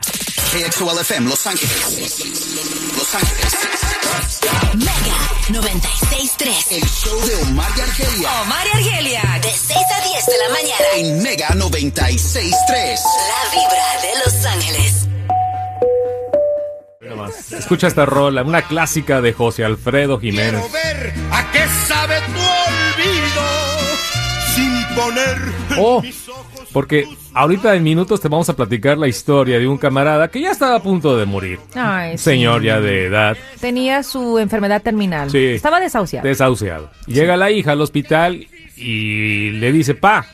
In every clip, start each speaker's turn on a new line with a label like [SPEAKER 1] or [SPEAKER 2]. [SPEAKER 1] KXULFM Los Ángeles. Los Ángeles.
[SPEAKER 2] Mega 96.3.
[SPEAKER 1] El show de Omar y Argelia
[SPEAKER 2] Omar y Argelia. De 6 a 10 de la mañana.
[SPEAKER 1] en Mega 96.3.
[SPEAKER 2] La vibra de Los Ángeles.
[SPEAKER 3] Escucha esta rola, una clásica de José Alfredo Jiménez.
[SPEAKER 4] ver a qué sabe tu olvido. Sin poner
[SPEAKER 3] Oh, porque ahorita en minutos te vamos a platicar la historia de un camarada que ya estaba a punto de morir.
[SPEAKER 5] Ay, sí.
[SPEAKER 3] Señor ya de edad,
[SPEAKER 5] Tenía su enfermedad terminal.
[SPEAKER 3] Sí.
[SPEAKER 5] Estaba desahuciado.
[SPEAKER 3] desahuciado. Llega la hija al hospital y le dice, pa,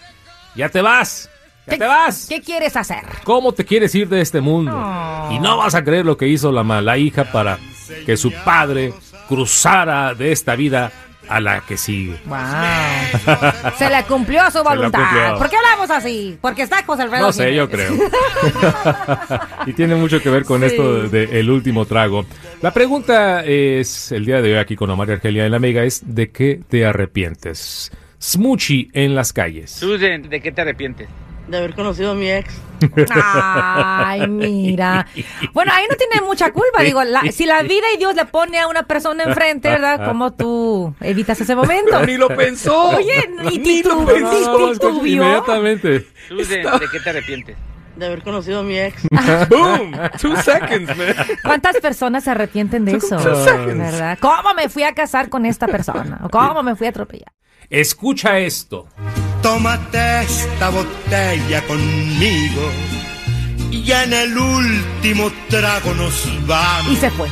[SPEAKER 3] ya te vas, ya te vas.
[SPEAKER 5] ¿Qué quieres hacer?
[SPEAKER 3] ¿Cómo te quieres ir de este mundo?
[SPEAKER 5] Oh.
[SPEAKER 3] Y no vas a creer lo que hizo la mala hija para que su padre cruzara de esta vida a la que sigue.
[SPEAKER 5] Wow. Se le cumplió su voluntad.
[SPEAKER 3] cumplió.
[SPEAKER 5] ¿Por qué hablamos así? Porque está José Alfredo.
[SPEAKER 3] No sé, yo
[SPEAKER 5] Jiménez.
[SPEAKER 3] creo. y tiene mucho que ver con esto de, de el último trago. La pregunta es, el día de hoy aquí con Omar y Argelia en la Mega, es ¿de qué te arrepientes? Smuchi en las calles.
[SPEAKER 6] Susan, ¿de qué te arrepientes?
[SPEAKER 7] De haber conocido a mi ex.
[SPEAKER 5] Ay, mira. Bueno, ahí no tiene mucha culpa. Digo, la- si la vida y Dios le pone a una persona enfrente, ¿verdad? ¿Cómo tú evitas ese momento?
[SPEAKER 3] lo pensó.
[SPEAKER 5] Oye, y titubeó, y titubeó.
[SPEAKER 3] inmediatamente.
[SPEAKER 6] Susan, ¿de qué te arrepientes?
[SPEAKER 7] De haber conocido a mi ex.
[SPEAKER 4] Boom. Two seconds, man.
[SPEAKER 5] ¿Cuántas personas se arrepienten de eso? ¿Verdad? ¿Cómo me fui a casar con esta persona? ¿O ¿Cómo me fui a atropellar?
[SPEAKER 3] Escucha esto.
[SPEAKER 4] Tómate esta botella conmigo. Y en el último trago nos
[SPEAKER 5] Y
[SPEAKER 4] vamos.
[SPEAKER 5] se fue.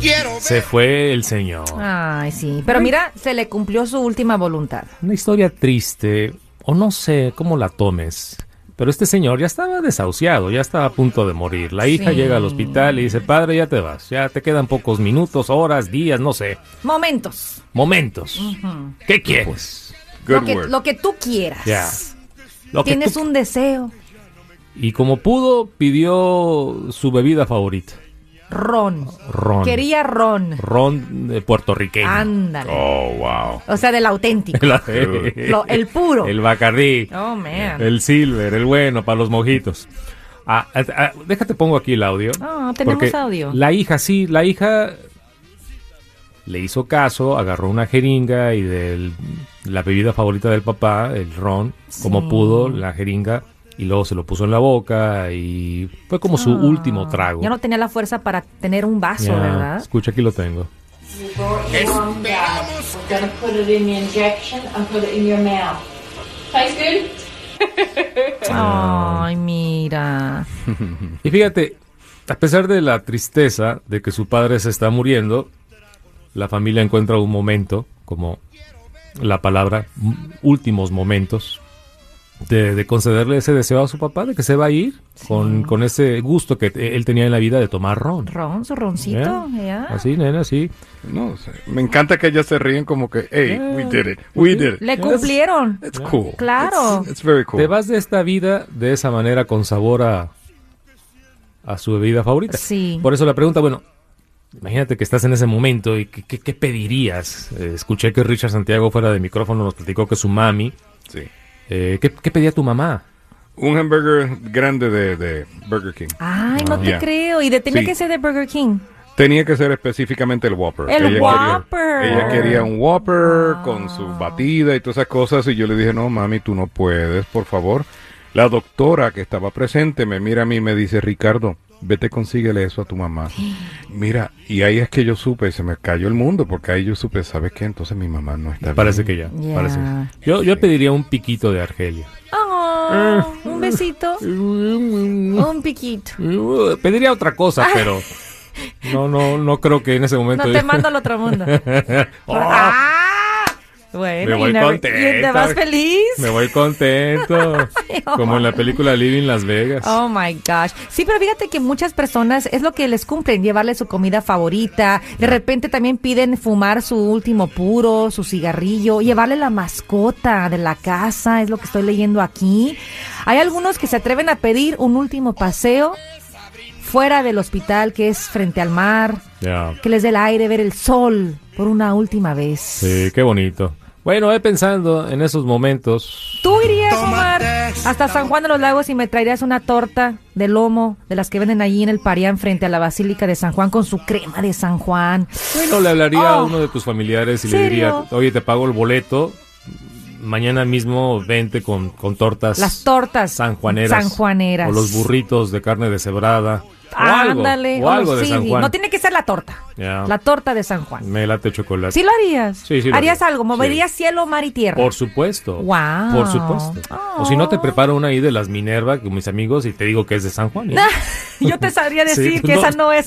[SPEAKER 4] Quiero ver.
[SPEAKER 3] Se fue el señor.
[SPEAKER 5] Ay, sí. Pero mira, se le cumplió su última voluntad.
[SPEAKER 3] Una historia triste, o no sé cómo la tomes. Pero este señor ya estaba desahuciado, ya estaba a punto de morir. La hija
[SPEAKER 5] Sí.
[SPEAKER 3] llega al hospital y dice, padre, ya te vas, ya te quedan pocos minutos, horas, días, no sé,
[SPEAKER 5] Momentos.
[SPEAKER 3] momentos. ¿Qué quieres?
[SPEAKER 5] Lo que, lo que tú quieras.
[SPEAKER 3] Ya. Lo que
[SPEAKER 5] Tienes
[SPEAKER 3] tú-
[SPEAKER 5] un deseo.
[SPEAKER 3] Y como pudo, pidió su bebida favorita,
[SPEAKER 5] Ron.
[SPEAKER 3] ron.
[SPEAKER 5] Quería ron.
[SPEAKER 3] Ron eh, puertorriqueño.
[SPEAKER 5] Ándale.
[SPEAKER 3] Oh, wow.
[SPEAKER 5] O sea, del auténtico.
[SPEAKER 3] La-
[SPEAKER 5] Lo- el puro.
[SPEAKER 3] El bacardí.
[SPEAKER 5] Oh, man.
[SPEAKER 3] El silver, el bueno para los mojitos. Ah, ah, ah, déjate pongo aquí el audio.
[SPEAKER 5] Ah, tenemos
[SPEAKER 3] porque
[SPEAKER 5] audio.
[SPEAKER 3] La hija, sí, la hija le hizo caso, agarró una jeringa y del, la bebida favorita del papá, el ron, como pudo, la jeringa, y luego se lo puso en la boca y fue como su último trago.
[SPEAKER 5] Ah, Ya no tenía la fuerza para tener un vaso,
[SPEAKER 3] Ya,
[SPEAKER 5] ¿verdad?
[SPEAKER 3] Escucha, aquí lo tengo.
[SPEAKER 5] Ay, mira.
[SPEAKER 3] Y fíjate, a pesar de la tristeza de que su padre se está muriendo, la familia encuentra un momento, como la palabra m- últimos momentos, de, de concederle ese deseo a su papá de que se va a ir con, con ese gusto que te- él tenía en la vida de tomar ron.
[SPEAKER 5] Ron, su roncito.
[SPEAKER 3] ¿Ya?
[SPEAKER 5] ya.
[SPEAKER 3] Así, nena, así.
[SPEAKER 8] No sé. Me encanta que ellas se ríen como que, hey, we did it, we did it.
[SPEAKER 5] Le cumplieron.
[SPEAKER 8] It's cool.
[SPEAKER 5] Claro.
[SPEAKER 8] It's, it's very cool.
[SPEAKER 3] Te vas de esta vida de esa manera con sabor a, a su bebida favorita.
[SPEAKER 5] Sí.
[SPEAKER 3] Por eso la pregunta, bueno, imagínate que estás en ese momento y ¿qué, qué- qué pedirías? Eh, escuché que Richard Santiago fuera de micrófono nos platicó que su mami,
[SPEAKER 8] Sí.
[SPEAKER 3] eh, ¿qué, qué pedía tu mamá?
[SPEAKER 8] Un hamburger grande de, de Burger King.
[SPEAKER 5] Ay, no te
[SPEAKER 8] Ya.
[SPEAKER 5] creo. Y de, tenía
[SPEAKER 8] Ah, Sí.
[SPEAKER 5] que ser de Burger King.
[SPEAKER 8] Tenía que ser específicamente el Whopper.
[SPEAKER 5] El
[SPEAKER 8] Ella
[SPEAKER 5] Whopper.
[SPEAKER 8] Quería, ella quería un Whopper con su
[SPEAKER 9] Ah.
[SPEAKER 8] batida y todas esas cosas. Y yo le dije, no, mami, tú no puedes, por favor. La doctora que estaba presente me mira a mí y me dice, Ricardo, vete consíguele eso a tu mamá. Mira, y ahí es que yo supe, se me cayó el mundo, porque ahí yo supe, ¿sabes qué? Entonces mi mamá no está
[SPEAKER 3] Parece
[SPEAKER 8] bien.
[SPEAKER 3] que ya, parece. Yo, yo pediría un piquito de Argelia.
[SPEAKER 5] Oh, un besito. un piquito.
[SPEAKER 3] Uh, Pediría otra cosa, pero no, no, no creo que en ese momento.
[SPEAKER 5] No te mando al otro mundo. Ah.
[SPEAKER 3] Oh,
[SPEAKER 5] Bueno,
[SPEAKER 3] me
[SPEAKER 5] y
[SPEAKER 3] voy
[SPEAKER 5] una- y te
[SPEAKER 3] contento.
[SPEAKER 5] vas feliz.
[SPEAKER 3] Me voy contento. Como en la película Living Las Vegas.
[SPEAKER 5] Oh my gosh. Sí, pero fíjate que muchas personas es lo que les cumplen, llevarle su comida favorita. De repente también piden fumar su último puro, su cigarrillo, llevarle la mascota de la casa, es lo que estoy leyendo aquí. Hay algunos que se atreven a pedir un último paseo fuera del hospital que es frente al mar,
[SPEAKER 3] Ya.
[SPEAKER 5] que les dé el aire, ver el sol por una última vez.
[SPEAKER 3] Sí, qué bonito. Bueno, ve pensando en esos momentos.
[SPEAKER 5] Tú irías, Omar, hasta San Juan de los Lagos y me traerías una torta de lomo de las que venden allí en el Parián frente a la Basílica de San Juan con su crema de San Juan.
[SPEAKER 3] Bueno, le hablaría a
[SPEAKER 5] Oh.
[SPEAKER 3] uno de tus familiares y le
[SPEAKER 5] ¿Serio?
[SPEAKER 3] diría, oye, te pago el boleto. Mañana mismo vente con, con tortas.
[SPEAKER 5] Las tortas
[SPEAKER 3] sanjuaneras.
[SPEAKER 5] sanjuaneras. Ah,
[SPEAKER 3] O los burritos de carne deshebrada. O algo,
[SPEAKER 5] Ándale, oh,
[SPEAKER 3] o algo de
[SPEAKER 5] sí,
[SPEAKER 3] San Juan.
[SPEAKER 5] No tiene que ser la torta,
[SPEAKER 3] Ya.
[SPEAKER 5] la torta de San Juan.
[SPEAKER 3] Me late chocolate.
[SPEAKER 5] ¿Sí lo harías?
[SPEAKER 3] Sí, sí lo
[SPEAKER 5] ¿Harías
[SPEAKER 3] haría.
[SPEAKER 5] algo? ¿Moverías cielo, mar y tierra?
[SPEAKER 3] Por supuesto.
[SPEAKER 5] Wow.
[SPEAKER 3] Por supuesto. O si no, te preparo una ahí de las Minerva con mis amigos y te digo que es de San Juan. ¿eh?
[SPEAKER 5] Yo te sabría
[SPEAKER 3] Sí,
[SPEAKER 5] decir
[SPEAKER 3] tú
[SPEAKER 5] que
[SPEAKER 3] no.
[SPEAKER 5] esa no es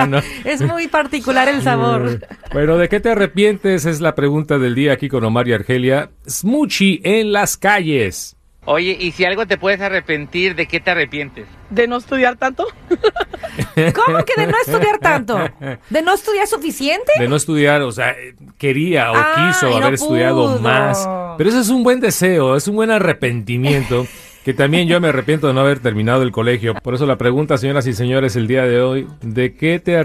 [SPEAKER 3] Ah, no.
[SPEAKER 5] Es muy particular el sabor.
[SPEAKER 3] Mm. Bueno, ¿de qué te arrepientes? Es la pregunta del día aquí con Omar y Argelia. Smuchi en las calles.
[SPEAKER 6] Oye, y si algo te puedes arrepentir, ¿de qué te arrepientes?
[SPEAKER 7] ¿De no estudiar tanto?
[SPEAKER 3] Mm.
[SPEAKER 5] ¿Cómo que de no estudiar tanto? ¿De no estudiar suficiente?
[SPEAKER 3] De no estudiar, o sea, quería o
[SPEAKER 5] Ah,
[SPEAKER 3] quiso
[SPEAKER 5] y no
[SPEAKER 3] haber estudiado
[SPEAKER 5] pudo.
[SPEAKER 3] más. Pero ese es un buen deseo, es un buen arrepentimiento. Que también yo me arrepiento de no haber terminado el colegio. Por eso la pregunta, señoras y señores, el día de hoy, ¿de qué te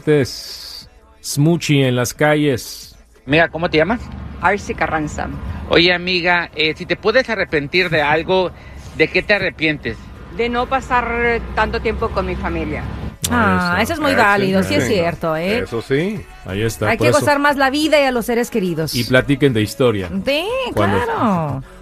[SPEAKER 3] arrepientes, Smuchi, en las calles?
[SPEAKER 6] Mira, ¿cómo te llamas?
[SPEAKER 9] Arce Carranza.
[SPEAKER 6] Oye, amiga, eh, si te puedes arrepentir de algo, ¿de qué te arrepientes?
[SPEAKER 9] De no pasar tanento tiempo con mi familia.
[SPEAKER 5] Ah, eso, es muy válido, sí es
[SPEAKER 3] sí.
[SPEAKER 5] cierto, ¿eh?
[SPEAKER 3] Eso sí. Ahí está.
[SPEAKER 5] Hay
[SPEAKER 3] por
[SPEAKER 5] que
[SPEAKER 3] eso.
[SPEAKER 5] gozar más la vida y a los seres queridos.
[SPEAKER 3] Y platiquen de historia.
[SPEAKER 5] Sí,
[SPEAKER 3] Cuando-
[SPEAKER 5] claro.